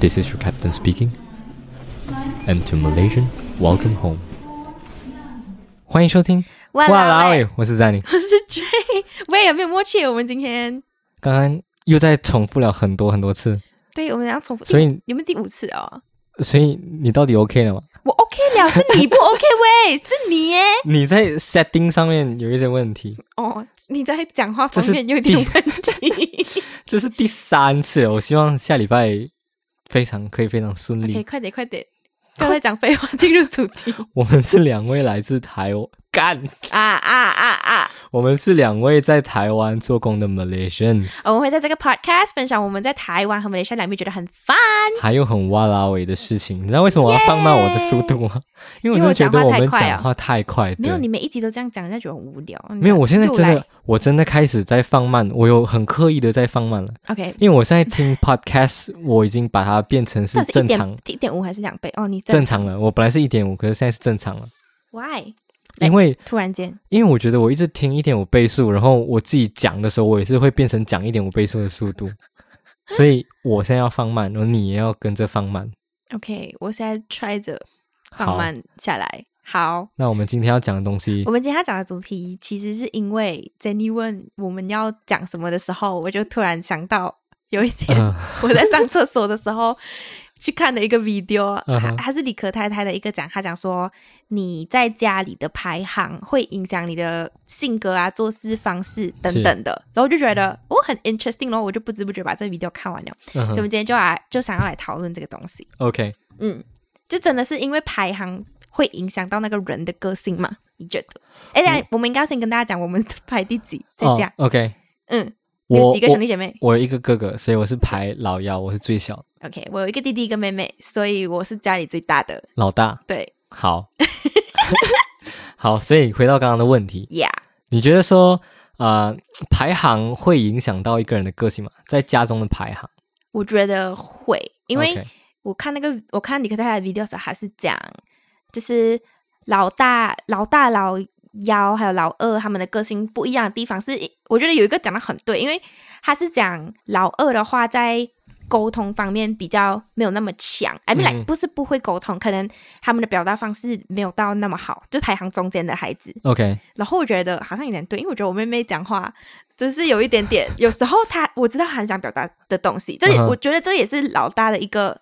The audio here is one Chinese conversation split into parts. This is your captain speaking. And to Malaysians, welcome home. 欢迎收听，哇哇啦喂，喂，我是 Zanny。 我是 Jay，喂，有没有默契？我们今天刚刚又在重复了很多很多次， 对我们要重复，所以以有没有第五次哦？所以你到底 OK 了吗？ 我 OK 了，是你不 OK 喂， 是你耶。你在 setting 上面有一些问题，哦，你在讲话这方是面有点问 题。这是第三次了。我希望下礼拜非常可以非常顺 OK，利。快点快 点，不要再讲废话，进入主 题。我们是两位来自台湾，干，啊啊啊啊！我们是两位在台湾做工的 Malaysians，我们会在这个 podcast 分享我们在台湾和马来西亚两边觉得很烦，还有很哇啦喂的事情。你知道为什么我要放慢我的速度吗？因为因为我我是觉讲得话我太们快讲啊话太快，没有对你每一集都这样讲，人家觉得很无聊。没有，我现在又真来的，我真的开始在放慢，我有很刻意的在放慢了， OK，因为我现在听 podcast，我已经把它变成是到底是一正常点一点五还是两倍？哦，你正正常了。我本来是一点五，可是现在是正常了， why？哎因为突然间因为我觉得我一直听一点五倍速，然后我自己讲的时候，我也是会变成讲一点五倍速的速 度，所以我现在要放慢，然后你也要跟着放慢。 OK，我现在 try 着好放慢下来。好，那我们今天要讲的东西 我，们今天要讲的主题，其实是因为 Jenny 问我们要讲什么的时候，我就突然想到，有一 天嗯我在上厕所的时候去看了一个 video，嗯还哼还是理科太太的一个讲，他讲说你在家里的排行会影响你的性格啊、做事方式等等的，然后我就觉得我、哦、很 interesting 咯，我就不知不觉把这个 video 看完了，嗯所以我哼们今天就来就想要来讨论这个东西。 ，OK，嗯，就真的是因为排行会影响到那个人的个性嘛？你觉得？哎，等一下我们应该要先跟大家讲我们排第几，再哦讲。 ，OK，嗯，你我有几个兄弟我姐妹我有一个哥哥，所以我是排老幺，我是最小的？OK，我有一个弟弟，一个妹妹，所以我是家里最大的。老大。对 好， 好，所以回到刚刚的问题， ，Yeah，你觉得说，呃，排行会影响到一个人的个性吗？在家中的排行，我觉得会，因为 OK，我看那个我看李克太太的 video 的时候，他是讲就是老大、老大、老幺还有老二他们的个性不一样的地方是，我觉得有一个讲的很对，因为他是讲老二的话在沟通方面比较没有那么强，I 嗯 mean like 不是不会沟通，可能他们的表达方式没有到那么好，就排行中间的孩子。 OK，然后我觉得好像有点对，因为我觉得我妹妹讲话只是有一点点，有时候她我知道她很想表达的东西，这、嗯哼我觉得这也是老大的一个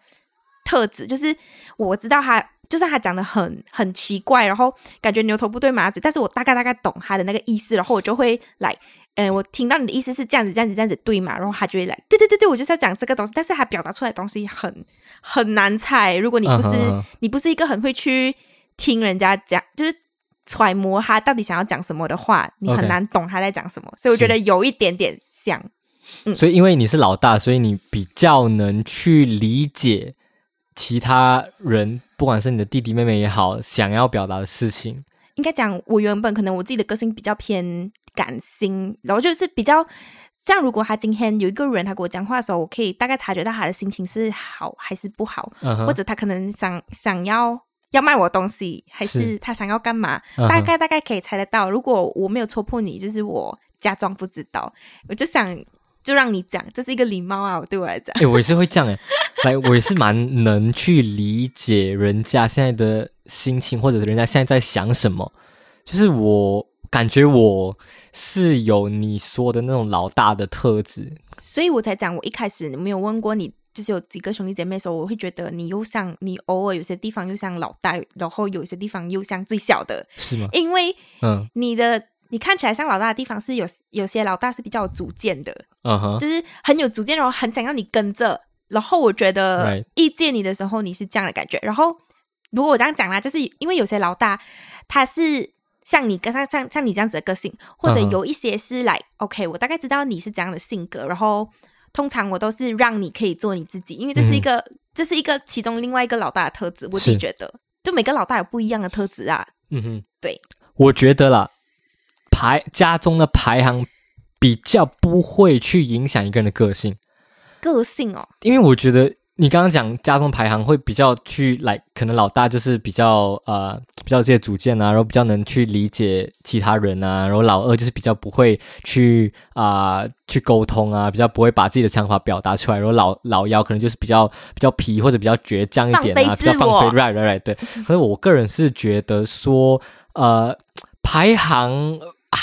特质，就是我知道她。就算她讲的很很奇怪，然后感觉牛头不对马嘴，但是我大概大概懂她的那个意思，然后我就会来，嗯、我听到你的意思是这样子这样子这样子对嘛，然后她就会来，对对对对，我就是要讲这个东西，但是她表达出来的东西很很难猜，如果你不是、嗯哼嗯哼你不是一个很会去听人家讲，就是揣摩他到底想要讲什么的话，你 OK 很难懂他在讲什么。所以我觉得有一点点像，嗯所以因为你是老大，所以你比较能去理解其他人，不管是你的弟弟妹妹也好，想要表达的事情。应该讲我原本可能我自己的个性比较偏感性，然后就是比较像，如果他今天有一个人他跟我讲话的时候，我可以大概察觉到他的心情是好还是不好，嗯或哼，者他可能想想要要卖我东西，还是是他想要干嘛，嗯哼大概大概可以猜得到。如果我没有戳破你，就是我假装不知道，我就想就让你讲，这是一个礼貌啊，对我来讲。 哎、我也是会这样哎、来，我也是蛮能去理解人家现在的心情，或者人家现在在想什么。就是我感觉我是有你说的那种老大的特质，所以我才讲，我一开始没有问过你，就是有几个兄弟姐妹的时候，我会觉得你又像你偶尔有些地方又像老大，然后有些地方又像最小的，是吗？因为嗯你的你看起来像老大的地方是有有些老大是比较有主见的，嗯哼，就是很有主见，然后很想要你跟着。然后我觉得 Right 意见你的时候，你是这样的感觉。然后如果我这样讲啦，就是因为有些老大他是像你跟像像像你这样子的个性，或者嗯哼有一些是来、OK，我大概知道你是这样的性格，然后通常我都是让你可以做你自己，因为这是一个、这是一个其中另外一个老大的特质，我自己嗯是觉得，就每个老大有不一样的特质啊。嗯哼，对，我觉得啦，排家中的排行比较不会去影响一个人的个性，个性哦，因为我觉得你刚刚讲加重排行会比较去来，可能老大就是比较呃比较有这些主见啊，然后比较能去理解其他人啊，然后老二就是比较不会去啊、去沟通啊，比较不会把自己的想法表达出来，然后老老幺可能就是比较比较皮或者比较倔强一点啊，放飞比自较我放飞，right right right，对。 可是我个人是觉得说，呃，排行啊，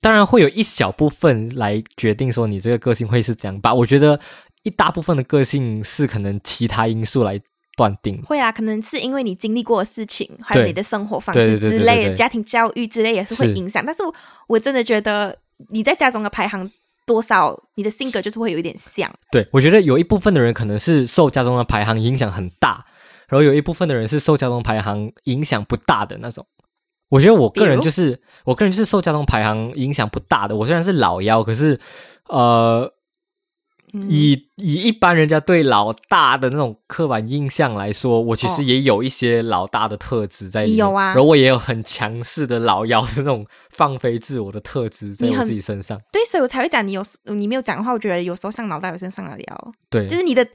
当然会有一小部分来决定说你这个个性会是怎样吧。我觉得一大部分的个性是可能其他因素来断定。会啊啦，可能是因为你经历过的事情，还有对你的生活方对对式对之对类对的，对家庭教育之类也是会是影响。但是我我真的觉得你在家中的排行多少，你的性格就是会有一点像。对我觉得有一部分的人可能是受家中的排行影响很大，然后有一部分的人是受家中排行影响不大的那种。我觉得我个人比如就是我个人就是受家中排行影响不大的。我虽然是老幺，可是呃，嗯，以以一般人家对老大的那种刻板印象来说，我其实哦也有一些老大的特质在里面，你有啊然后我也有很强势的老幺的那种放飞自我的特质在你我很自己身上。对，所以我才会讲你有你没有讲的话，我觉得有时候上脑袋，有时候上得了，对，就是你的。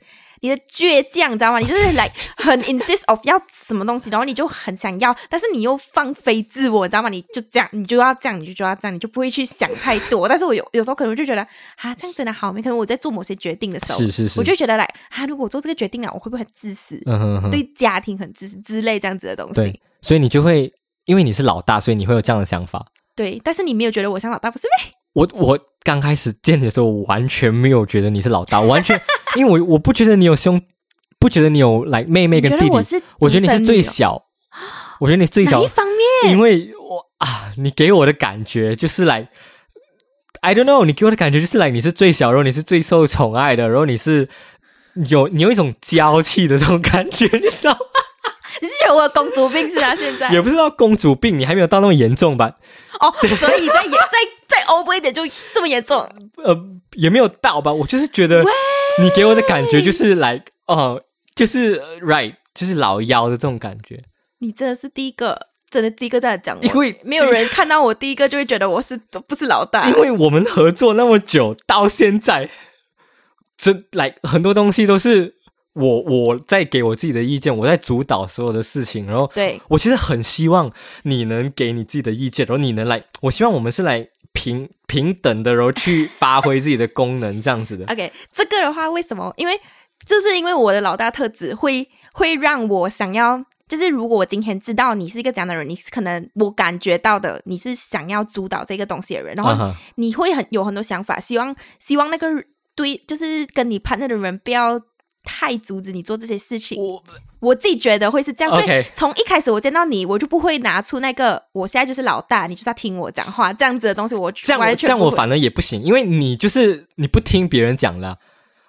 你的倔强，你知道吗？你就是来 很 insist of 要什么东西，然后你就很想要，但是你又放飞自我，你知道吗？你就这样，你就要这样，你就就要这样，你就不会去想太多。但是我有有时候可能就觉得，啊，这样真的好没？可能我在做某些决定的时候，是是是，我就觉得来，啊，如果我做这个决定啊，我会不会很自私？嗯哼哼，对家庭很自私之类这样子的东对西。所以你就会因为你是老大，所以你会有这样的想法。对，但是你没有觉得我像老大不是呗？我我刚开始见你的时候，我完全没有觉得你是老 大，我完全因为我我不觉得你有兄，不觉得你有来妹妹你跟觉弟得弟，我是我觉得你是独生最女哦小，我觉得你最小哦哪一方面？ 因为我啊，你给我的感觉就是来，I don't know，你给我的感觉就是来，你是最小，然后你是最受宠爱的，然后你是有你有一种娇气的这种感觉，你知道吗？你是觉得我有公主病是啊？现在也不是到公主病，你还没有到那么严重吧？哦，所以再 严再再 over 一点就这么严重。呃，也没有到吧？我就是觉得你给我的感觉就是来，哦、就是呃 right，就是老妖的这种感觉。你真的是第一个，真的第一个在讲因我，为没有人看到我第一个就会觉得我是不是老大因。为我们合作那么久，到现在，这来很多东西都是我我在给我自己的意见，我在主导所有的事情，然后对，我其实很希望你能给你自己的意见，然后你能来，我希望我们是来平平等的，然后去发挥自己的功能，这样子 的。 OK，这个的话为什么？因为就是因为我的老大特质会会让我想要，就是如果我今天知道你是一个怎样的人，你是可能我感觉到的你是想要主导这个东西的人，然啊后哈你会很有很多想法，希望希望那个对，就是跟你 partner 的人不要。太阻止你做这些事情，我我自己觉得会是这样，所 OK 以从一开始我见到你，我就不会拿出那个我现在就是老大，你就是要听我讲话这样子的东西，我这样我完这全样不我会反而也不行，因为你就是你不听别人讲啦。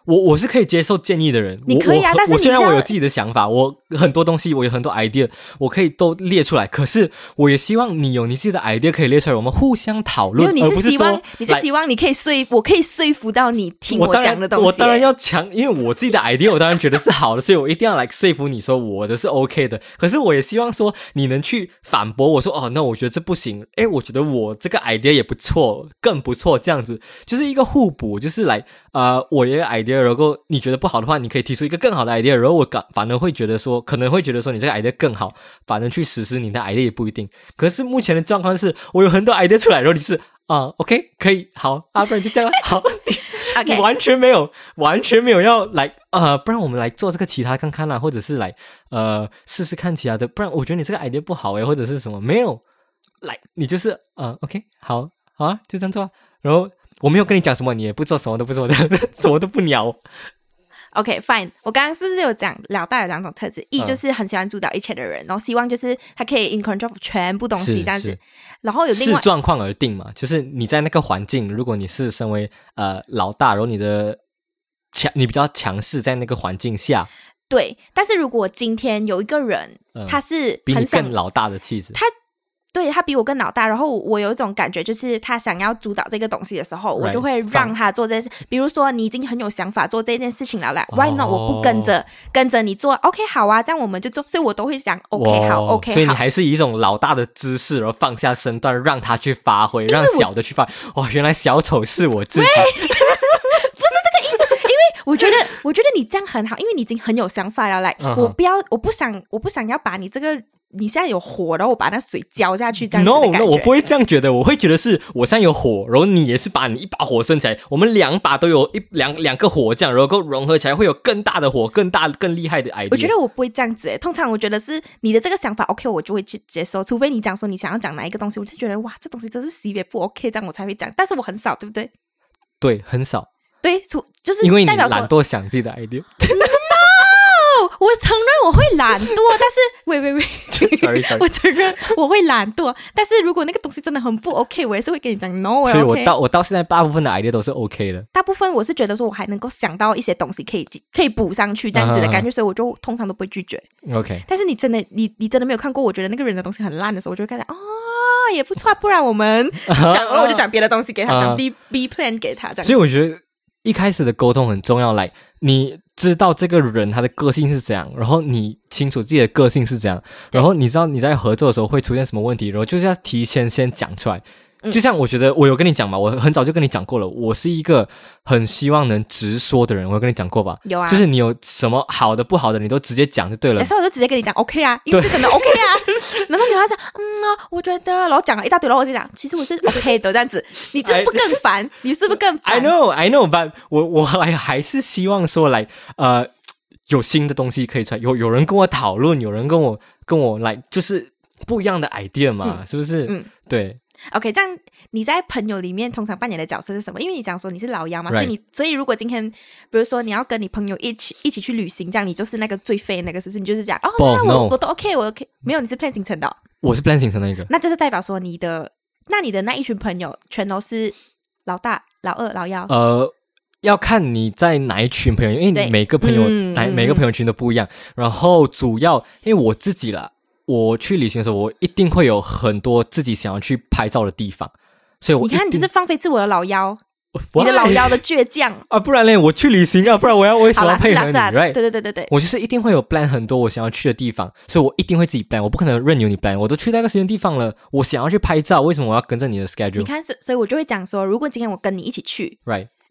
我我是可以接受建议的人，你可以啊我我但是我你虽然是要我有自己的想法，我很多东西我有很多 idea，我可以都列出来。可是我也希望你有你自己的 idea 可以列出来，我们互相讨没论有，，你而不是希望说你是来希望你可以说，我可以说服到你听我当然讲的东西。啊我当然要强，因为我自己的 idea 我当然觉得是好的，所以我一定要来说服你说我的是 OK 的。可是我也希望说你能去反驳我说哦，那我觉得这不行，诶，我觉得我这个 idea 也不错，更不错，这样子就是一个互补，就是来呃，我有一个 idea，如果你觉得不好的话，你可以提出一个更好的 idea，然后我感反而会觉得说，可能会觉得说你这个 idea 更好，反而去实施你的 idea 也不一定。可是目前的状况是我有很多 idea 出来，然后你是。啊、o k 可以，好啊，不然就这样了，好，你 OK，完全没有，完全没有要来呃，不然我们来做这个其他看看啦，或者是来呃试试看其他的，不然我觉得你这个 idea 不好诶，欸或者是什么没有，来你就是呃 OK 好好啊，就这样做、啊，然后我没有跟你讲什么，你也不做，什么都不做，这 样什么都不鸟， OK fine。我刚刚是不是有讲老大有两种特质？一嗯就是很喜欢主导一切的人，然后希望就是他可以 in control of 全部东是西这样子是。然后有另视外状况而定嘛，就是你在那个环境，如果你是身为呃老大，然后你的强你比较强势在那个环境下，对，但是如果今天有一个人嗯他是比你很想更老大的气质，对他比我更老大，然后我有一种感觉，就是他想要主导这个东西的时候，我 Right，就会让他做这件事。比如说，你已经很有想法做这件事情了啦、w h y not？我不哦跟着跟着你做，OK，好啊，这样我们就做。所以我都会想，OK，好哇哦所，OK，以你好。还是以一种老大的姿势，然后放下身段，让他去 发挥，让小的去发。哇，原来小丑是我自己，因为我觉得，我觉得你这样很好，因为你已经很有想法了。来、嗯哼我不要，我不想，我不想要把你这个你现在有火，然后我把那水浇下去，这样子 No 的感 No，觉。我不会这样觉得，我会觉得是我现在有火，然后你也是把你一把火升起来，我们两把都有一两两个火这样，然后够融合起来会有更大的火，更大更厉害的 idea。我觉得我不会这样子诶，欸通常我觉得是你的这个想法 OK，我就会去接受。除非你讲说你想要讲哪一个东西，我就觉得哇，这东西真是级别不 OK，这样我才会讲。但是我很少，对不对？对很少，对，除就是因为你代表说懒惰想自己的 idea。哦，我承认我会懒惰，但是 喂喂喂 Sorry Sorry，我承认我会懒惰，但是如果那个东西真的很不 OK，我也是会跟你讲 no 诶。所以我 OK 到我到现在大部分的 idea 都是 OK 的。大部分我是觉得说我还能够想到一些东西可以可以补上去这样子啊的感觉，所以我就通常都不会拒绝。 OK，但是你真的，你你真的没有看过，我觉得那个人的东西很烂的时候，我就会看到哦，也不错啊，不然我 们讲，然后我就讲别的东西给他，啊讲 B B plan 给他，这所以样。我觉得一开始的沟通很重要，来，你知道这个人他的个性是怎样，然后你清楚自己的个性是怎样，然后你知道你在合作的时候会出现什么问题，然后就是要提前先讲出来。嗯就像我觉得我有跟你讲嘛，我很早就跟你讲过了，我是一个很希望能直说的人，我有跟你讲过吧？有啊，就是你有什么好的不好的，你都直接讲就对了有。时候我就直接跟你讲 OK 啊，因为这真的 OK 啊。然后你还讲嗯啊，我觉得，然后讲了一大堆，然后我就讲，其实我是 OK 的这样子，你这不更烦？你是不是更 I 烦？ know, I know, but 我我还还是希望说来呃有新的东西可以出来，有有人跟我讨论，有人跟我跟我来就是不一样的 idea 嘛，是不是？嗯对 OK，这样你在朋友里面通常扮演的角色是什么？因为你讲说你是老幺嘛 Right 所以你所以如果今天比如说你要跟你朋友一起一起去旅行，这样你就是那个最废的那个，是不是？你就是讲哦，不那我 no 我都 OK，我 OK，没有你是 plan 行程的哦、我是 plan 行程的一个，那就是代表说你的那你的那一群朋友全都是老大、老二、老幺。呃，要看你在哪一群朋友，因为对你每个朋友、嗯哪嗯每个朋友群都不一样。然后主要因为我自己啦，我去旅行的时候，我一定会有很多自己想要去拍照的地方，所以我你看，一你就定是放飞自我的老幺，我你的老幺的倔 强。啊，不然嘞，我去旅行啊，不然我要为什好么要啦，是配啦，合是你啦， ？Right？对对对对对，我就是一定会有 plan 很多我想要去的地方，所以我一定会自己 plan，我不可能任由你 plan。我都去那个时间地方了，我想要去拍照，为什么我要跟着你的你 schedule？Right？看，所所以我就会讲说，如果今天我跟你一起去，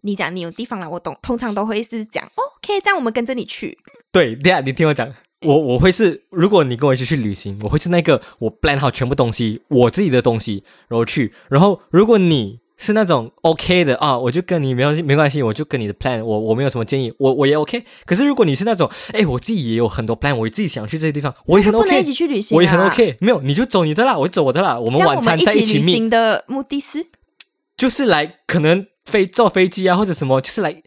你讲你有地方了，我懂，通常都会是讲哦 OK，这样我们跟着你去。对，等一下你听我讲，我我会是，如果你跟我一起去旅行，我会是那个我 plan 好全部东西，我自己的东西，然后去。然后如果你是那种 OK 的啊，我就跟你没关系，没关系，我就跟你的 plan，我我没有什么建议，我我也 OK。可是如果你是那种，哎，我自己也有很多 plan，我自己想去这些地方，我也很不 OK，能一起去旅行、啊，我也很 OK，没有你就走你的啦，我走我的啦，我这们样晚我们餐一在起起旅 meet，行的目的是，就是来可能飞坐飞机啊或者什么，就是来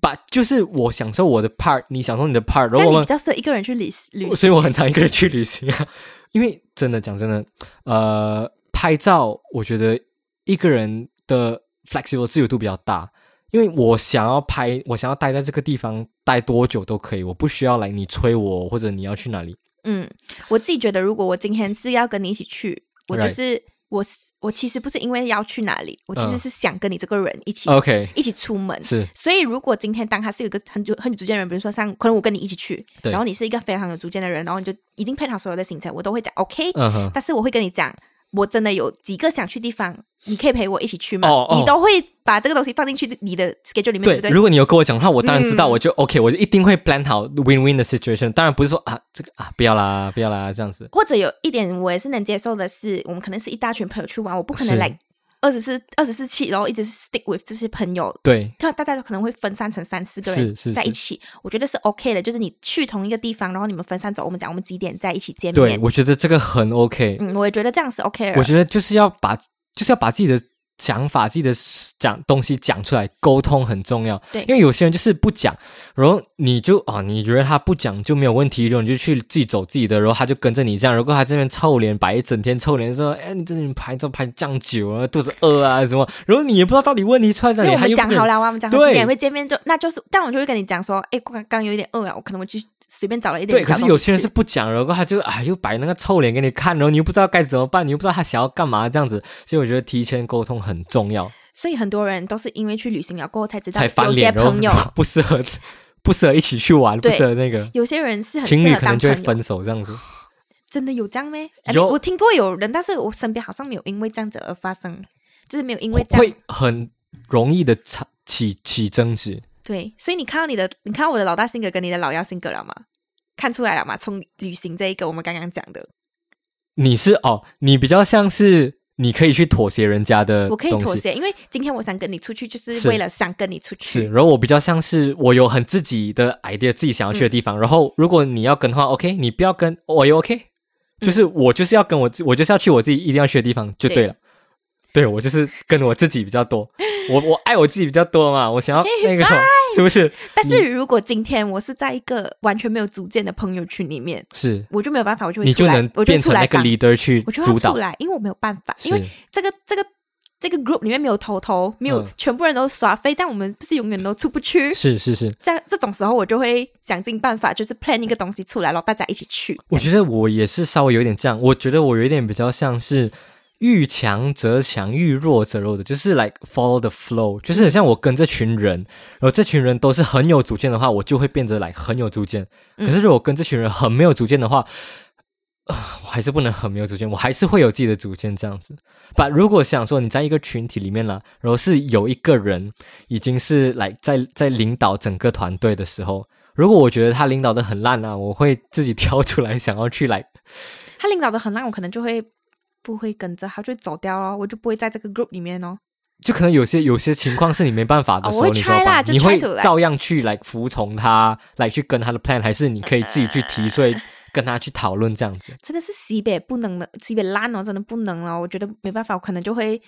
把就是我享受我的 part，你享受你的 part，然这后样你我比们，较适合一个人去旅旅行。所以我很常一个人去旅行啊， 因为真的讲真的，呃，拍照我觉得一个人的 flexible 自由度比较大。因为我想要拍，我想要待在这个地方待多久都可以，我不需要来你催我，或者你要去哪里。嗯，我自己觉得，如果我今天是要跟你一起去，我就 Right 是我是我其实不是因为要去哪里，我其实嗯呃是想跟你这个人一起、 OK，一起出门。是所以，如果今天当他是有一个很有很有主见的人，比如说像可能我跟你一起去，对然后你是一个非常有主见的人，然后你就已经配好所有的行程，我都会讲 OK，、嗯哼，但是我会跟你讲，我真的有几个想去地方，你可以陪我一起去吗？哦哦你都会把这个东西放进去你的 schedule 里面，对对不对？如果你有跟我讲的话，我当然知道，嗯我就 OK，我就一定会 plan 好 win win 的 situation。当然不是说啊，这个啊不要嗯啦，不要啦这样子。或者有一点我也是能接受的是，我们可能是一大群朋友去玩，我不可能是来二十四二十四期，然后一直 stick with 这些朋友，对，他大家可能会分散成三四个是人是在一起，我觉得是 OK 的，就是你去同一个地方，然后你们分散走，我们讲我们几点在一起见对面，我觉得这个很 OK。嗯，我也觉得这样是 OK 的。我觉得就是要把就是要把自己的想法、自己的讲东西讲出来，沟通很重要。对因为有些人就是不讲，然后你就啊，你觉得他不讲就没有问题，然后你就去自己走自己的，然后他就跟着你这样，如果他这边臭脸摆一整天臭脸，说哎你这里拍照拍这样久啊，肚子饿啊什么，然后你也不知道到底问题出在哪里，因为我他们又讲不能好了啊，我们讲好几对点会见面就，那就是，但我就会跟你讲说，哎，刚刚有一点饿了，我可能我去随便找了一点对，小可是东西吃。有些人是不讲，然后他就啊又摆那个臭脸给你看，然后你又不知道该怎么办，你又不知道他想要干嘛这样子，所以我觉得提前沟通很重要，所以很多人都是因为去旅行了啊过后才知道才，翻有些脸，然后朋友，不适合不适合一起去玩，不 对适合那个有些人是很适情侣合可当能就会朋友。分手这样子。真的有这样咩？哎哦有我听过有人，但是我身边好像没有因为这样子而发生，就是没有因为这样会很容易的起起起争执。对，所以你看到你的，你看到我的老大性格跟你的老幺性格了吗？看出来了吗？从旅行这一个我们刚刚讲的，你是哦，你比较像是你可以去妥协人家的，我呃东西。可以妥协，因为今天我想跟你出去，就是是为了想跟你出是，去。然后我比较像是我有很自己的 idea，自己想要去的地嗯方。然后如果你要跟的话，OK，你不要跟，我也 OK，就是嗯我就是要跟我自，我就是要去我自己一定要去的地方就对了。对我就是跟我自己比较 多，我我爱我自己比较多嘛，我想要那个是不是？但是如果今天我是在一个完全没有主见的朋友群里面，是，我就没有办法，我就会你出就来能，我就会变出成来那个帮， leader 去我就要主导出。来，因为我没有办法，因为是，这个这个这个 group 里面没有头头，没有、嗯全部人都耍飞，但我们不是永远都出不去。是是是，在这种时候，我就会想尽办法，就是 plan 一个东西出来，然后大家一起去。我觉得我也是稍微有点这样，我觉得我有一点比较像是遇强则强，遇弱则弱的，就是 like follow the flow，就是很像我跟这群人，然后这群人都是很有主见的话，我就会变得 like 很有主见。可是如果跟这群人很没有主见的话，呃我还是不能很没有主见，我还是会有自己的主见这样子。把如果想说你在一个群体里面啦，然后是有一个人已经是来在在领导整个团队的时候，如果我觉得他领导的很烂啊，我会自己挑出来想要去来他领导的很烂，我可能就会不会跟着，他就会走掉咯，我就不会在这个 group 里面哦。就可能有些有些情况是你没办法的哦时候，我会你怎么 try 啦办？就你 try 会 to 来照样去来服从他，来去跟他的 plan，还是你可以自己去提出呃来跟他去讨论这样子？真的是西北不能的，西北烂哦，真的不能了。我觉得没办法，我可能就会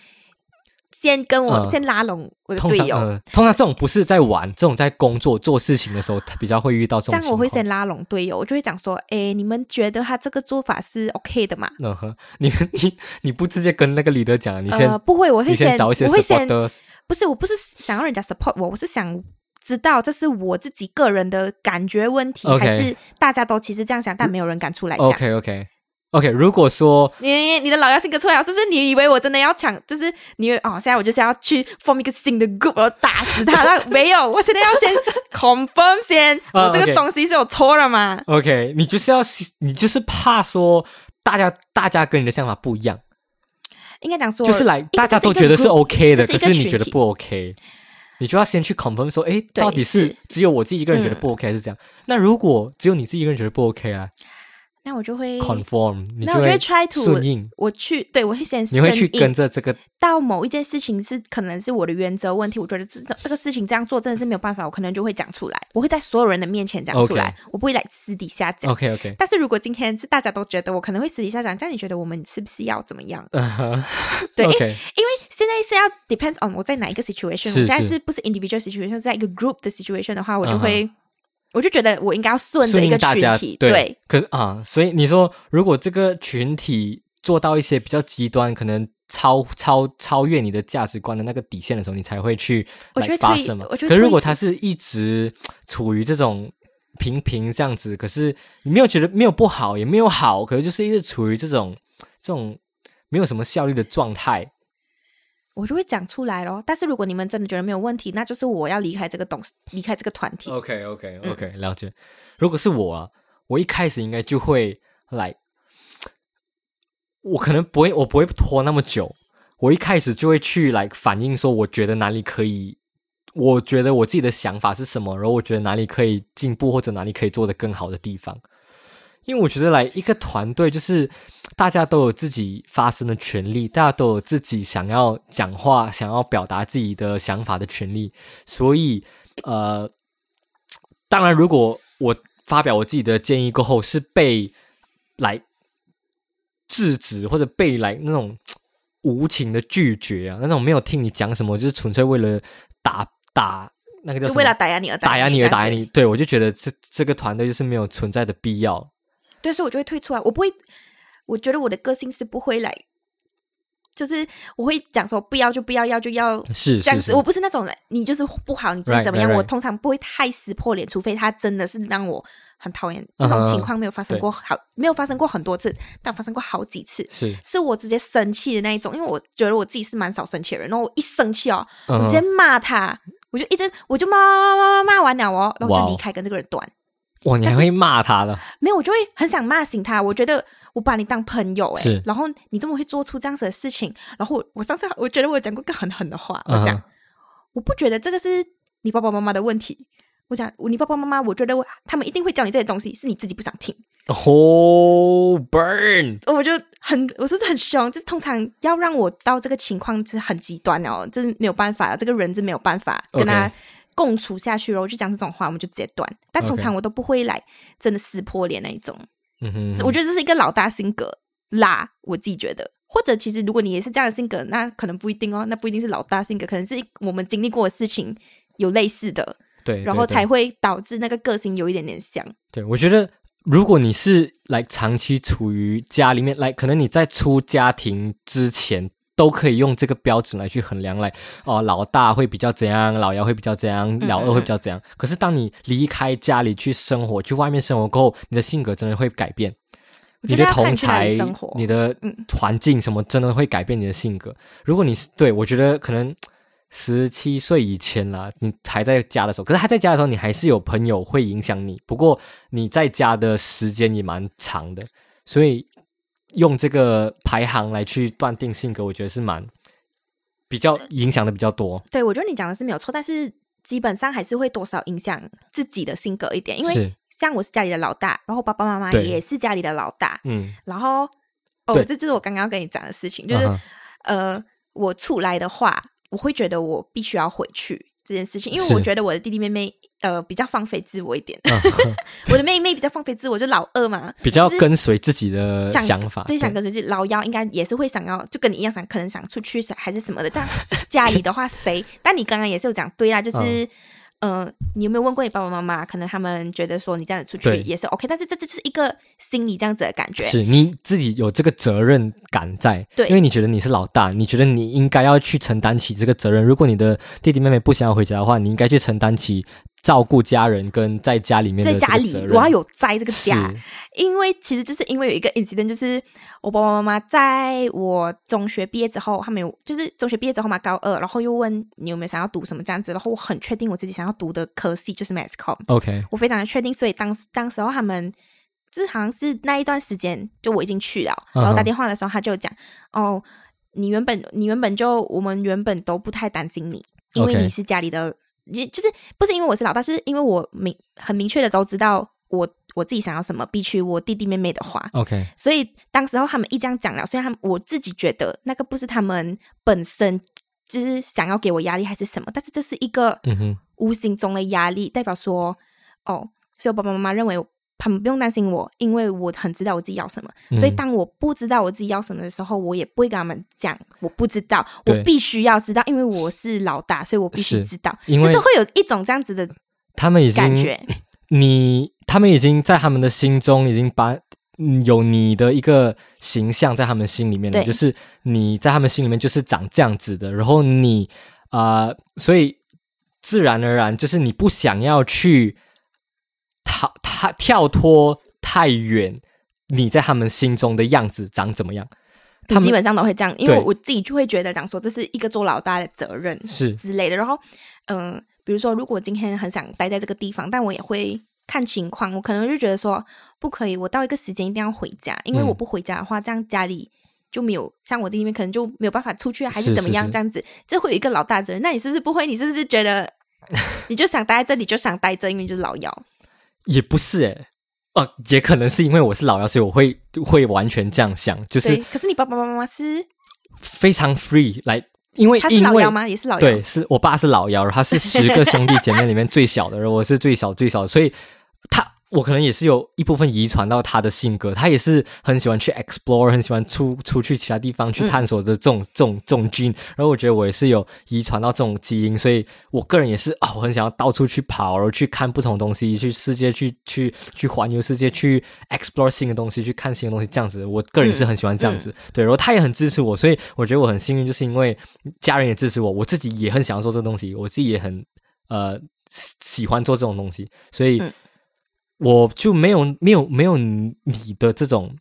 先跟我、嗯先拉拢我的通队常、友，呃，通常这种不是在玩，这种在工作做事情的时候，他比较会遇到这种这样情我况。会先拉拢队友，我就会讲说，哎，你们觉得他这个做法是 OK 的吗？嗯哼，你你你不直接跟那个 leader 讲啊，你先、呃，不会，我会你先找一些我会先 supporters，不是，我不是想让人家 support 我，我是想知道这是我自己个人的感觉问题 OK 还是大家都其实这哎样想，但没有人敢出来讲。 OK OK OK，如果说你你的老妖性格出来了，是不是？你以为我真的要抢？就是你以为哦，现在我就是要去 form 一个 新的 group，然后打死他？那没有，我现在要先 confirm 先，啊我这个 OK 东西是有错了吗？ OK，你就是要你就是怕说大家大家跟你的想法不一样，应该讲说，就是来因为大家这都一个觉得是哦 group OK 的，可这是一个是你觉群得体不 OK，你就要先去 confirm 说，诶，对到底是是嗯只有我自己一个人觉得不 OK 还是这样？那如果只有你自己一个人觉得不 OK 啊那我就会， ，conform，你那我就会会 try to 顺应，我去，对我会先你会顺去应跟着这个到某一件事情是可能是我的原则问题，我觉得这这个事情这样做真的是没有办法，我可能就会讲出来，我会在所有人的面前讲出来我不会来私底下讲。 OK OK，但是如果今天是大家都觉得我可能会私底下讲，这样你觉得我们是不是要怎么样？嗯哼，对 OK 现在是要 depends on 我在哪一个 situation，是我现在是是不是 individual situation，是在一个 group 的 situation 的话，我就会、我就觉得我应该要顺着顺一应个大群家体，对。对可是啊，所以你说，如果这个群体做到一些比较极端，可能超超超越你的价值观的那个底线的时候，你才会去我觉得来发退声嘛。我觉得可是如退果出他是一直处于这种平平这样子，可是你没有觉得没有不好，也没有好，可是就是一直处于这种这种没有什么效率的状态。我就会讲出来咯。但是如果你们真的觉得没有问题，那就是我要离开这个东离开这个团体。 OK OK OK，、了解。如果是我啊，我一开始应该就会来，我可能不会，我不会拖那么久。我一开始就会去来反映说，我觉得哪里可以，我觉得我自己的想法是什么，然后我觉得哪里可以进步，或者哪里可以做得更好的地方。因为我觉得来一个团队，就是大家都有自己发声的权利，大家都有自己想要讲话、想要表达自己的想法的权利，所以呃，当然，如果我发表我自己的建议过后是被来制止或者被来那种嗯无情的拒绝啊，那种没有听你讲什么，就是纯粹为了打打那个叫就什为了么打压你而打压你而这样打压子你，对我就觉得这这个团队就是没有存在的必要。对，所以我就会退出啊来，我不会，我觉得我的个性是不会来，就是我会讲说不要就不要，要就要是这样是子。是，我不是那种人你就是不好，你就是 Right, 怎么样 right, right. 我通常不会太撕破脸，除非他真的是让我很讨厌。这种情况没有发嗯生过好没有发生过很多次，但发生过好几次。是是我直接生气的那一种，因为我觉得我自己是蛮少生气的人，然后我一生气哦，嗯我直接骂他，我就一直我就骂骂骂骂骂完了哦，然后我哇哦就离开跟这个人断。哇，你还会骂他了？没有，我就会很想骂醒他。我觉得我把你当朋友哎、是然后你这么会做出这样子的事情，然后我我上次我觉得我讲过一个很狠的话，我嗯哼讲、我不觉得这个是你爸爸妈妈的问题。我讲你爸爸妈妈，我觉得我他们一定会教你这些东西，是你自己不想听。哦，burn，我就很，我是不是很凶？这通常要让我到这个情况是很极端哦，这是没有办法，这个人是没有办法 OK 跟他共处下去然后我就讲这种话，我们就直接断。但通 OK 常我都不会来真的撕破脸那一种。嗯哼，我觉得这是一个老大性格啦，我自己觉得。或者其实如果你也是这样的性格，那可能不一定哦，那不一定是老大性格，可能是我们经历过的事情有类似的，对，然后对才会导致那个个性有一点点像。对，我觉得如果你是来长期处于家里面，来可能你在出家庭之前。都可以用这个标准来去衡量，来哦，老大会比较怎样，老幺会比较怎样，嗯老二会比较怎样。可是当你离开家里去生活，去外面生活过后，你的性格真的会改变，我你觉的得要看同你去哪才里生活，、嗯你的环境什么，真的会改变你的性格。如果你是对我觉得可能十七岁以前啦，你还在家的时候，可是还在家的时候，你还是有朋友会影响你。不过你在家的时间也蛮长的，所以用这个排行来去断定性格，我觉得是蛮比较影响的比较多。对我觉得你讲的是没有错，但是基本上还是会多少影响自己的性格一点，因为是，像我是家里的老大，然后爸爸妈妈对也是家里的老大，嗯，然后哦，对这就是我刚刚要跟你讲的事情，就是、嗯哼呃，我出来的话，我会觉得我必须要回去这件事情，因为我是觉得我的弟弟妹妹呃比较放飞自我一点，嗯哼我的妹妹比较放飞自我，就老二嘛， 比较就是跟随自己的想想法，最想跟随自己老幺，应该也是会想要，就跟你一样想，可能想出去想还是什么的。但家里的话，谁？但你刚刚也是有讲，对啦，嗯就是，呃，你有没有问过你爸爸妈妈？可能他们觉得说你这样子出去对也是 OK，但是这这就是一个心理这样子的感觉。是你自己有这个责任感在，对因为你觉得你是老大，你觉得你应该要去承担起这个责任。如果你的弟弟妹妹不想要回家的话，你应该去承担起照顾家人跟在家里面的在这家个里责，任。我要有在这个是家，因为其实就是因为有一个 incident，就是我爸爸妈妈在我中学毕业之后，他们有就是中学毕业之后嘛，高二，然后又问你有没有想要读什么这样子，然后我很确定我自己想要读的科系就是 mass com， OK，我非常的确定，所以当时当时候他们这好像是那一段时间，就我已经去了，然后嗯打哼电话的时候他就讲，哦，你原本你原本就我们原本都不太担心你，因为 OK 你是家里的，也就是不是因为我是老大，是因为我明很明确的都知道我我自己想要什么，必须我弟弟妹妹的话， OK，所以当时候他们一这样讲了，虽然他们我自己觉得那个不是他们本身就是想要给我压力还是什么，但是这是一个嗯哼，无形中的压力，代表说，哦，所以我爸爸妈妈认为他们不用担心我，因为我很知道我自己要什么。所以嗯当我不知道我自己要什么的时候，我也不会跟他们讲我不知道，我对必须要知道，因为我是老大，所以我必须是知道。因就是为会有一种这样子的他们已感经觉，你，他们已经在他们的心中已经把。嗯有你的一个形象在他们心里面了，对就是你在他们心里面就是长这样子的，然后你啊、所以自然而然就是你不想要去逃他跳脱太远，你在他们心中的样子长怎么样？他你们基本上都会这样，因为对我自己就会觉得讲说，这是一个做老大的责任是之类的。然后，嗯、比如说，如果今天很想待在这个地方，但我也会看情况，我可能就觉得说，不可以，我到一个时间一定要回家，因为嗯我不回家的话，这样家里就没有像我弟弟妹可能就没有办法出去啊，还是是怎么是样是这样子，这会有一个老大责任。那你是不是不会？你是不是觉得你就想待在这里，就想待着，因为就是老幺？也不是诶、呃，也可能是因为我是老幺，所以我会会完全这样想，就是对，可是你爸爸妈妈是非常 free 来，因为他是因老为幺吗？也是老幺。对，是我爸是老幺，他是十个兄弟姐妹里面最小的，然后我是最小最小的，所以他我可能也是有一部分遗传到他的性格，他也是很喜欢去 explore，很喜欢出出去其他地嗯方去探索的这种、这种这种 gene，然后我觉得我也是有遗传到这种基因，所以我个人也是啊、我很想要到处去跑，然后去看不同的东西，去世界去去去环游世界，去 explore 新的东西，去看新的东西，这样子，我个人也是很喜欢这嗯样子，对，然后他也很支持我，所以我觉得我很幸运，就是因为家人也支持我，我自己也很想要做这东西，我自己也很呃喜喜欢做这种东西，所以嗯我就没有没有没有你的这种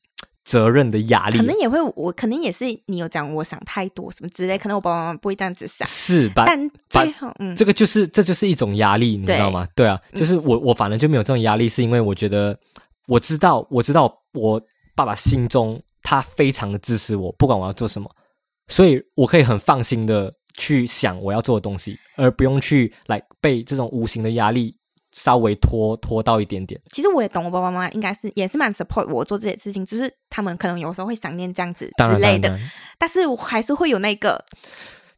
责任的压力可，能也会，我可能也是你有讲我想太多什么之类，可能我爸爸妈妈不会这样子想，是吧？但最后嗯，这个就是这就是一种压力，你知道吗？对啊，就是我我反正就没有这种压力，是因为我觉得我知道我知道我爸爸心中他非常的支持我，不管我要做什么，所以我可以很放心的去想我要做的东西，而不用去来被这种无形的压力稍微拖拖到一点点。其实我也懂，我爸爸妈妈应该是也是蛮 support 我做这些事情，就是他们可能有时候会想念这样子当之然，类当的，然但是我还是会有那个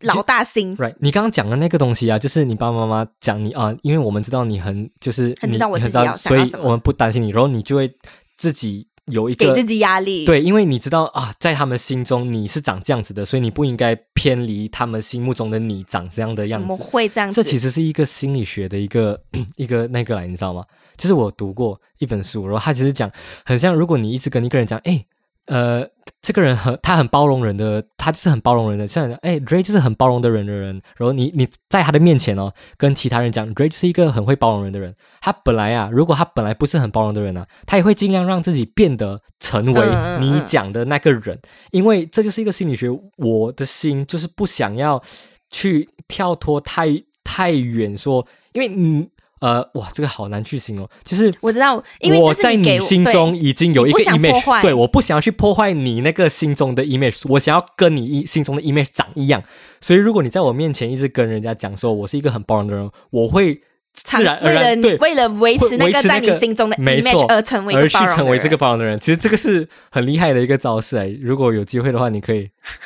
老大心， Right，你刚刚讲的那个东西啊，就是你爸爸妈妈讲你啊，因为我们知道你很就是很你知道我你很自己要想所要以什么我们不担心你，然后你就会自己有一给个自己压力。，对，因为你知道啊，在他们心中你是长这样子的，所以你不应该偏离他们心目中的你长这样的我样们子。会这样子。这其实是一个心理学的一个嗯一个那个来，你知道吗？就是我读过一本书，然后他其实讲，很像如果你一直跟一个人讲，哎，呃，这个人很他很包容人的，他就是很包容人的，像哎 Dray 就是很包容的人的人，然后你你在他的面前哦，跟其他人讲 Dray 是一个很会包容人的人，他本来啊，如果他本来不是很包容的人啊，他也会尽量让自己变得成为嗯嗯你嗯讲的那个人，因为这就是一个心理学，我的心就是不想要去跳脱太太远说，因为嗯呃哇，这个好难去形容，就是我知道，因为我这是在你给我心对中已经有一个你不想破 image，坏对，我不想要去破坏你那个心中的 image，我想要跟你一心中的 image 长一样。所以如果你在我面前一直跟人家讲说我是一个很包容的人，我会常自然而为了然你对为了维会持那维个持在那你个心中的没错 image 而成为一而个去包容成的为这人个包容的人。其实这个是很厉害的一个招式哎，如果有机会的话，你可以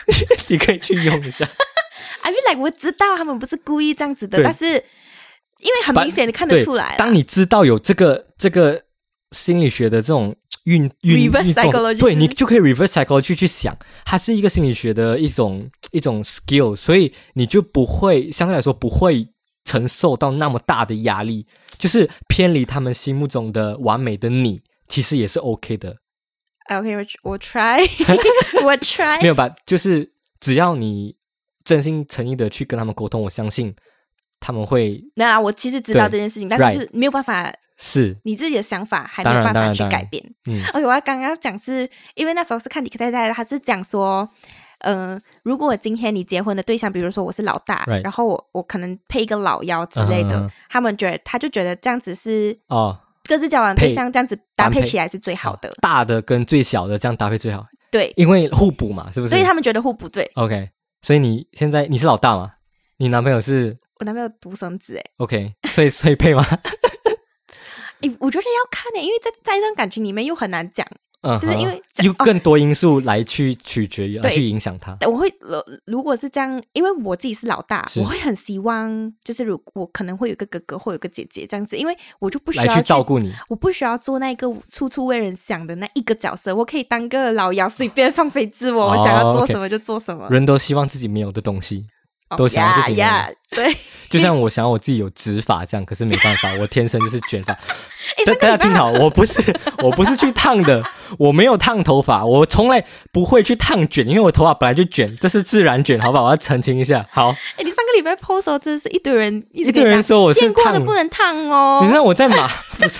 你可以去用一下。 I feel like 我知道他们不是故意这样子的，对但是因为很 But- 明显的看得对，出来啦，当你知道有这个这个心理学的这种运运 Reverse 运作 psychology 对是你就可以 reverse psychology 去想，它是一个心理学的一种一种 skill，所以你就不会相对来说不会承受到那么大的压力，就是偏离他们心目中的完美的你，其实也是 OK 的，哎 OK，我我 try，我 try，没有吧？就是只要你真心诚意的去跟他们沟通，我相信他们会没有啊，我其实知道这对件事情，但是 right 就是没有办法，是你自己的想法还没有当然办当法然去当然改变。嗯而且我要刚刚讲是因为那时候是看你太太，他是讲说，嗯、如果今天你结婚的对象，比如说我是老大 Right 然后我我可能配一个老幺之类的嗯嗯嗯他们觉得他就觉得这样子是哦。各自交往对象这样子搭搭配配哦起来是最好的，大的跟最小的这样搭配最好，对，因为互补嘛，是不是？所以他们觉得互补对。 OK，所以你现在你是老大嘛？你男朋友是我男朋友独生子，哎 OK，所以 所以配吗？哎，我觉得要看呢、因为在在一段感情里面又很难讲，嗯哼，就是因为有哦更多因素来去取决于，来去影响他。我会呃如果是这样，因为我自己是老大，是我会很希望就是如我可能会有一个哥哥或有一个姐姐这样子，因为我就不需来要去照顾你，我不需要做那个处处为人想的那一个角色，我可以当个老妖，随便放飞自我，哦我想要做 OK 什么就做什么。人都希望自己没有的东西，哦都想要自己呀呀 对，就像我想要我自己有直发这样，可是没办法，我天生就是卷 发。诶大大家听好，我不是我不是去烫的，我没有烫头发，我从来不会去烫卷，因为我头发本来就卷，这是自然卷，好不好？我要澄清一下。好，哎，你上个礼拜 post 的时候真的是一堆人一直一跟堆你人讲，说我是见过的烫不能烫你哦。看我在 马，不是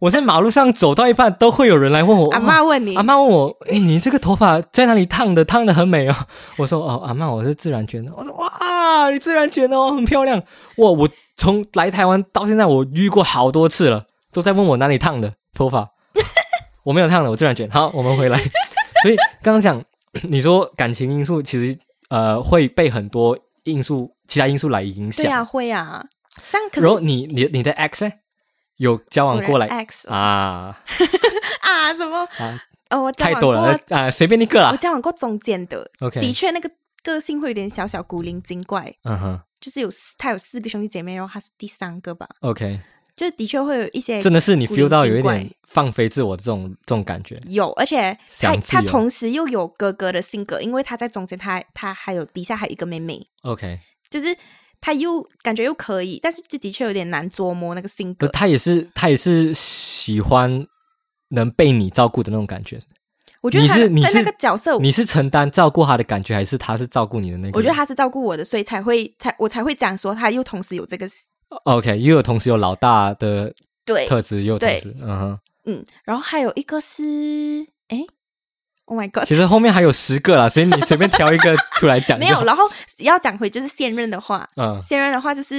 我在马路上走到一半，都会有人来问我。阿哇妈问你，阿妈问我：“哎、你这个头发在哪里烫的？烫的很美哦。” 我说：“哦，阿妈，我是自然卷的。”我说：“哇，你自然卷的哦，很漂亮。哇，我从来台湾到现在，我遇过好多次了，都在问我哪里烫的头发。 我没有烫的，我自然卷。好，我们回来。 所以刚刚讲， 你说感情因素其实呃会被很多因素、其他因素来影响。对啊，会啊。像可是然后你你你的 ex 呢？有交我往的过来 X 啊啊什么啊，呃，我交太往多了过，啊，随便一个 我啦。交往过中间的，的 OK，确那个个性会有点小小古灵精怪，嗯哼就是有四他有四个兄弟姐妹，然后他是第三个吧， ，OK，就的确会有一些真的是你古灵 feel 到有精一怪点放飞自我的这种这种感觉。有，而且他想啊自他由同时又有哥哥的性格，因为他在中间他，他还有底下还有一个妹妹， OK，就是他又感觉又可以，但是就的确有点难琢磨那个性可格。他也是他也是喜欢能被你照顾的那种感觉。我觉得他你是你在那是个角色，你是承担照顾他的感觉，还是他是照顾你的那个人？哦我觉得他是照顾我的，所以才会才我才会讲说他又同时有这个 OK，又有同时有老大的对，特质，又有同对时嗯哼。嗯，然后还有一个是哎，Oh my God，其实后面还有十个啦，所以你随便挑一个出来讲就 没有。好然后要讲回就是现任的话，嗯现任的话就是，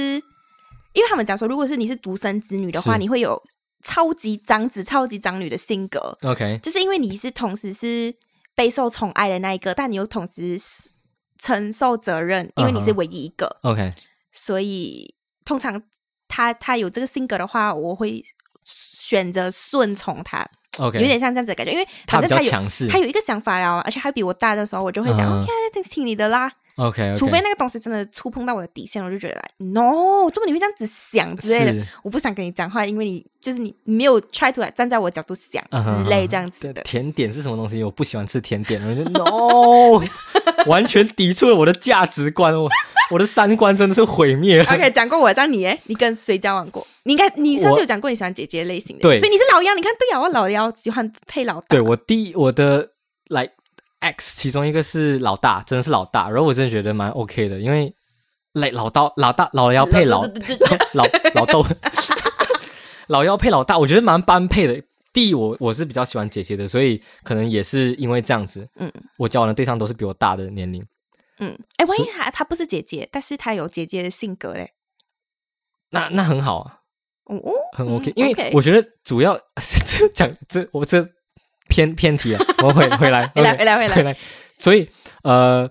因为他们讲说，如果是你是独生子女的话，是你会有超级长子、超级长女的性格， ，OK，就是因为你是同时是备受宠爱的那一个，但你又同时是承受责任，因为你是嗯哼唯一一个， OK，所以通常他他有这个性格的话，我会选择顺从他 OK，有点像这样子的感觉，因为他反比较正他有强势，他有一个想法了，而且他比我大的时候，我就会讲、哦啊嗯 OK，听听你的啦。 OK，, o 除非那个东西真的触碰到我的底线，我就觉得来 No，怎么你会这样子想之类的？是我不想跟你讲话，因为你就是你你没有 try to 站在我角度想嗯哼之类这样子这的。甜点是什么东西？我不喜欢吃甜点， 我就 no，完全抵触了我的价值观，我我的三观真的是毁灭 了。 OK，讲过我，讲你诶，你跟谁交往过？你应该你上次有讲过你喜欢姐姐类型的，对所以你是老幺，你看对啊，我老幺喜欢配老大对，我第一我的 like X 其中一个是老大，真的是老大，然后我真的觉得蛮 OK 的，因为 like 老大老大老幺配老对对对对 老老豆，老幺配老大，我觉得蛮般配的。第一，我我是比较喜欢姐姐的，所以可能也是因为这样子，嗯，我交往的对象都是比我大的年龄，嗯，哎，万一他他不是姐姐，但是他有姐姐的性格嘞，那那很好啊，哦哦，很嗯 OK，、因为 OK 我觉得主要 这讲这我这偏偏题啊，我回回 来回哎来 OK 回来回 来回，来。所以呃，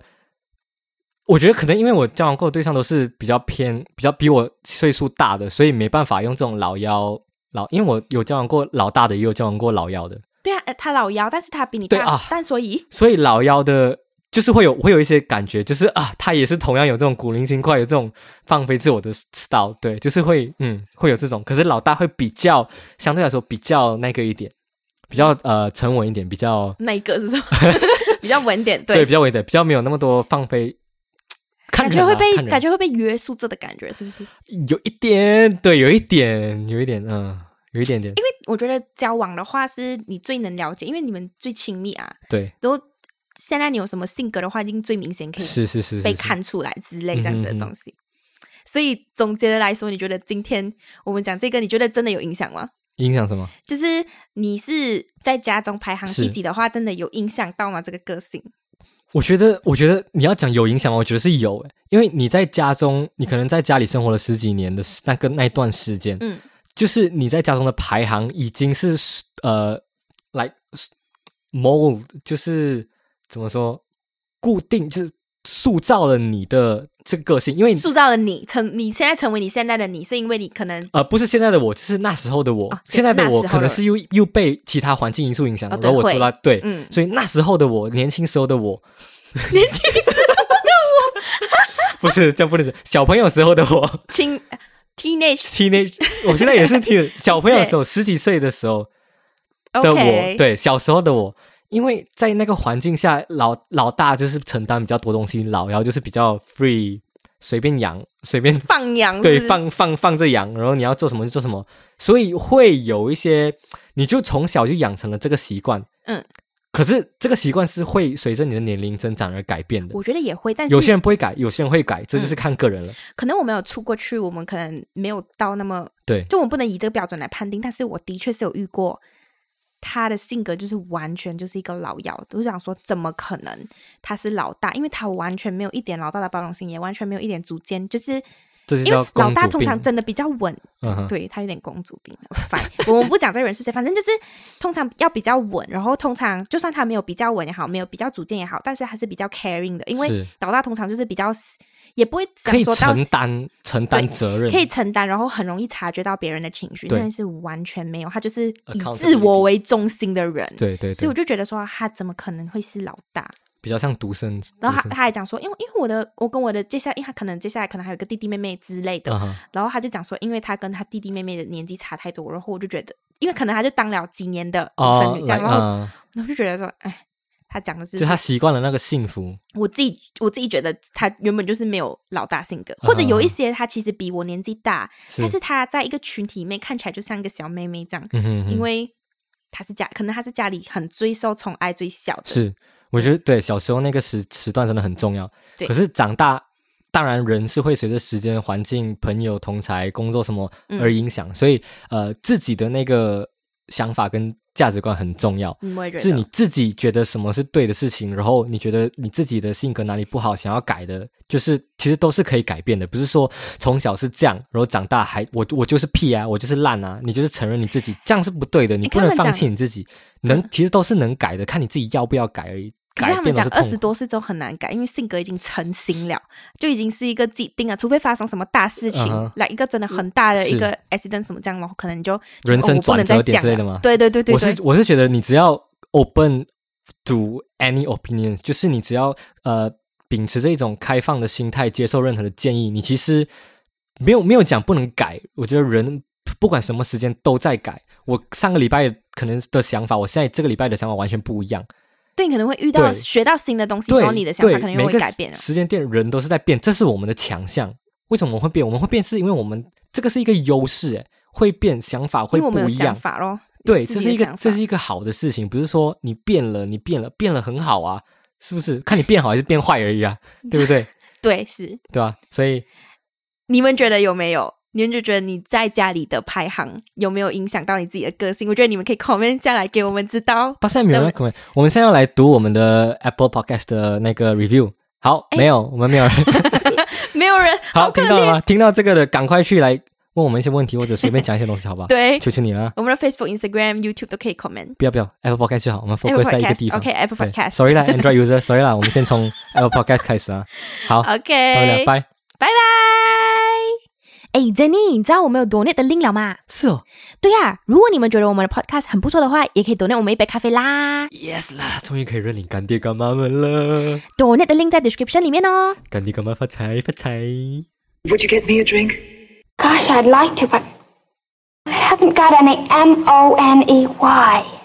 我觉得可能因为我交往过的对象都是比较偏、比较比我岁数大的，所以没办法用这种老幺老，因为我有交往过老大的，也有交往过老幺的，对啊，呃他老幺，但是他比你对大，啊但所以所以老幺的。就是会有会有一些感觉，就是啊，他也是同样有这种古灵精怪，有这种放飞自我的 style，对，就是会嗯会有这种，可是老大会比较相对来说比较那个一点，比较呃沉稳一点，比较那一个是什 么？比较稳点，对，比较伟的，比较没有那么多放飞。看感人觉啊、会被看人感觉会被约束着的感觉，是不是？有一点，对，有一点，有一点，嗯，有一点点，我觉得交往的话是你最能了解，因为你们最亲密啊。对，然后现在你有什么性格的话，一定最明显可以是是是是被是看出来之类这样子的嗯哼东西。所以总结的来说，你觉得今天我们讲这个，你觉得真的有影响吗？影响什么？就是你是在家中排行是第几的话，真的有影响到吗？这个个性？我觉得，我觉得你要讲有影响吗？我觉得是有诶，因为你在家中，你可能在家里生活了十几年的时那个那一段时间，嗯，就是你在家中的排行已经是呃，like mold，就是怎么说，固定，就是塑造了你的这个个性，因为塑造了你成你现在成为你现在的你，是因为你可能呃，不是现在的我，就是那时候的我。哦现在的那时我候可能的是又又被其他环境因素影响，哦对然后我会出来对，嗯 所以那时候的我，年轻时候的我，年轻时不是这样不能讲，小朋友时候的我轻 teenage ，teenage，我 现在也是 teen，小朋友的时候，十几岁的时 候的我 OK 对，小时候的我，因为在那个环境下，老老大就是承担比较多东西，老幺就是比较 free，随便养，随便放羊是不对，是放放放着养，然后你要做什么就做什么，所以会有一些，你就从小就养成了这个习惯，嗯。可是这个习惯是会随着你的年龄增长而改变的，我觉得也会，但有是嗯些人不会改，有些人会改，这就是看个人了。可能我没有出过去，我们可能没有到那么，对，就我们不能以这个标准来判定。但是我的确是有遇过，他的性格就是完全就是一个老妖，我就想说怎么可能他是老大？因为他完全没有一点老大的包容心，也完全没有一点主见，就是这就因叫为老公大主通病常。真的比较稳，嗯哼，对他有点公主病。反我们不讲这个人是谁，反正就是通常要比较稳，然后通常就算他没有比较稳也好，没有比较主见也好，但是他是比较 caring 的，因为是老大通常就是比较也不会可想以说到承担承担对责任，可以承担，然后很容易察觉到别人的情绪，对但是完全没有，他就是以 Accountability 自我为中心的人。对对所以我对，就觉得说，他怎么可能会是老大？比较像独生子。然后他独生他还讲说，因为因为我的我跟我的接下来，因为他可能接下来可能还有个弟弟妹妹之类的，嗯哼，然后他就讲说，因为他跟他弟弟妹妹的年纪差太多，然后我就觉得，因为可能他就当了几年的独生哦女，这样，来然后嗯，然后我就觉得说，哎，他讲的是就他习惯了那个幸福，我自己我自己觉得他原本就是没有老大性格，或者有一些他其实比我年纪大，嗯是但是他在一个群体里面看起来就像一个小妹妹这样，嗯哼嗯哼，因为他是家可能他是家里很最受宠爱最小的，是，我觉得对小时候那个时时段真的很重要。对可是长大，当然人是会随着时间、环境、朋友、同才、工作什么嗯而影响，所以呃，自己的那个想法跟价值观很重要。嗯，我也觉得是你自己觉得什么是对的事情，然后你觉得你自己的性格哪里不好，想要改的，就是其实都是可以改变的，不是说从小是这样，然后长大还我我就是屁啊，我就是烂啊，你就是承认你自己这样是不对的，你诶不他们能放讲弃你自己，能其实都是能改的，看你自己要不要改而已。可是改他们变的讲是二痛十苦。多岁之后很难改，因为性格已经成型了，就已经是一个既定啊，除非发生什么大事情，嗯哼来一个真的很大的一是个 accident 什么这样，然后可能你就人哦生我不转能再折点讲之类了的吗？对对对对我对是，我是觉得你只要 open to any opinions，就是你只要呃秉持着一种开放的心态，接受任何的建议，你其实没有没有讲不能改。我觉得人不管什么时间都在改。我上个礼拜可能的想法，我现在这个礼拜的想法完全不一样。对，你可能会遇到对学到新的东西的对，时候，你的想法对可能每又会个改变了。时间点人都是在变，这是我们的强项。为什么我们会变？我们会变是因为我们这个是一个优势，诶，会变，想法会因为我不们有一样想。法咯，对，自这己是的一个想这法是一个好的事情，不是说你变了，你变了，变了很好啊，是不是？看你变好还是变坏而已啊，对不 对？对，是。对吧、所以你们觉得有没有？你们就觉得你在家里的排行有没有影响到你自己的个性？我觉得你们可以 comment 下来给我们知道。到现在没有人那 comment，我们现在要来读我们的 Apple Podcast 的那个 review。好，没有，我们没有人。没有人好，哎可听到了吗？听到这个的，赶快去来问我们一些问题，或者随便讲一些东西，好吧？ 对求求你了啊，我们的 Facebook、Instagram、YouTube 都可以 comment。不要不要，Apple Podcast 就好，我们 Apple focus 在一个地 Podcast 方。 OK，Apple 对 Podcast Sorry 啦，Android user，Sorry 啦，我们先从 Apple Podcast 开始啊。好，到这里了 OK，拜。拜拜。哎，Jenny，你知道我们有 donate 的 link 了吗？是哦对呀、如果你们觉得我们的 podcast 很不错的话，也可以 donate 我们一杯咖啡啦。 ，Yes 啦，终于可以认领干爹干妈们了。 donate 的 link 在 description 里面哦。干爹干妈发财发财。 Would you get me a drink? Gosh, I'd like to, but I haven't got any M O N E Y.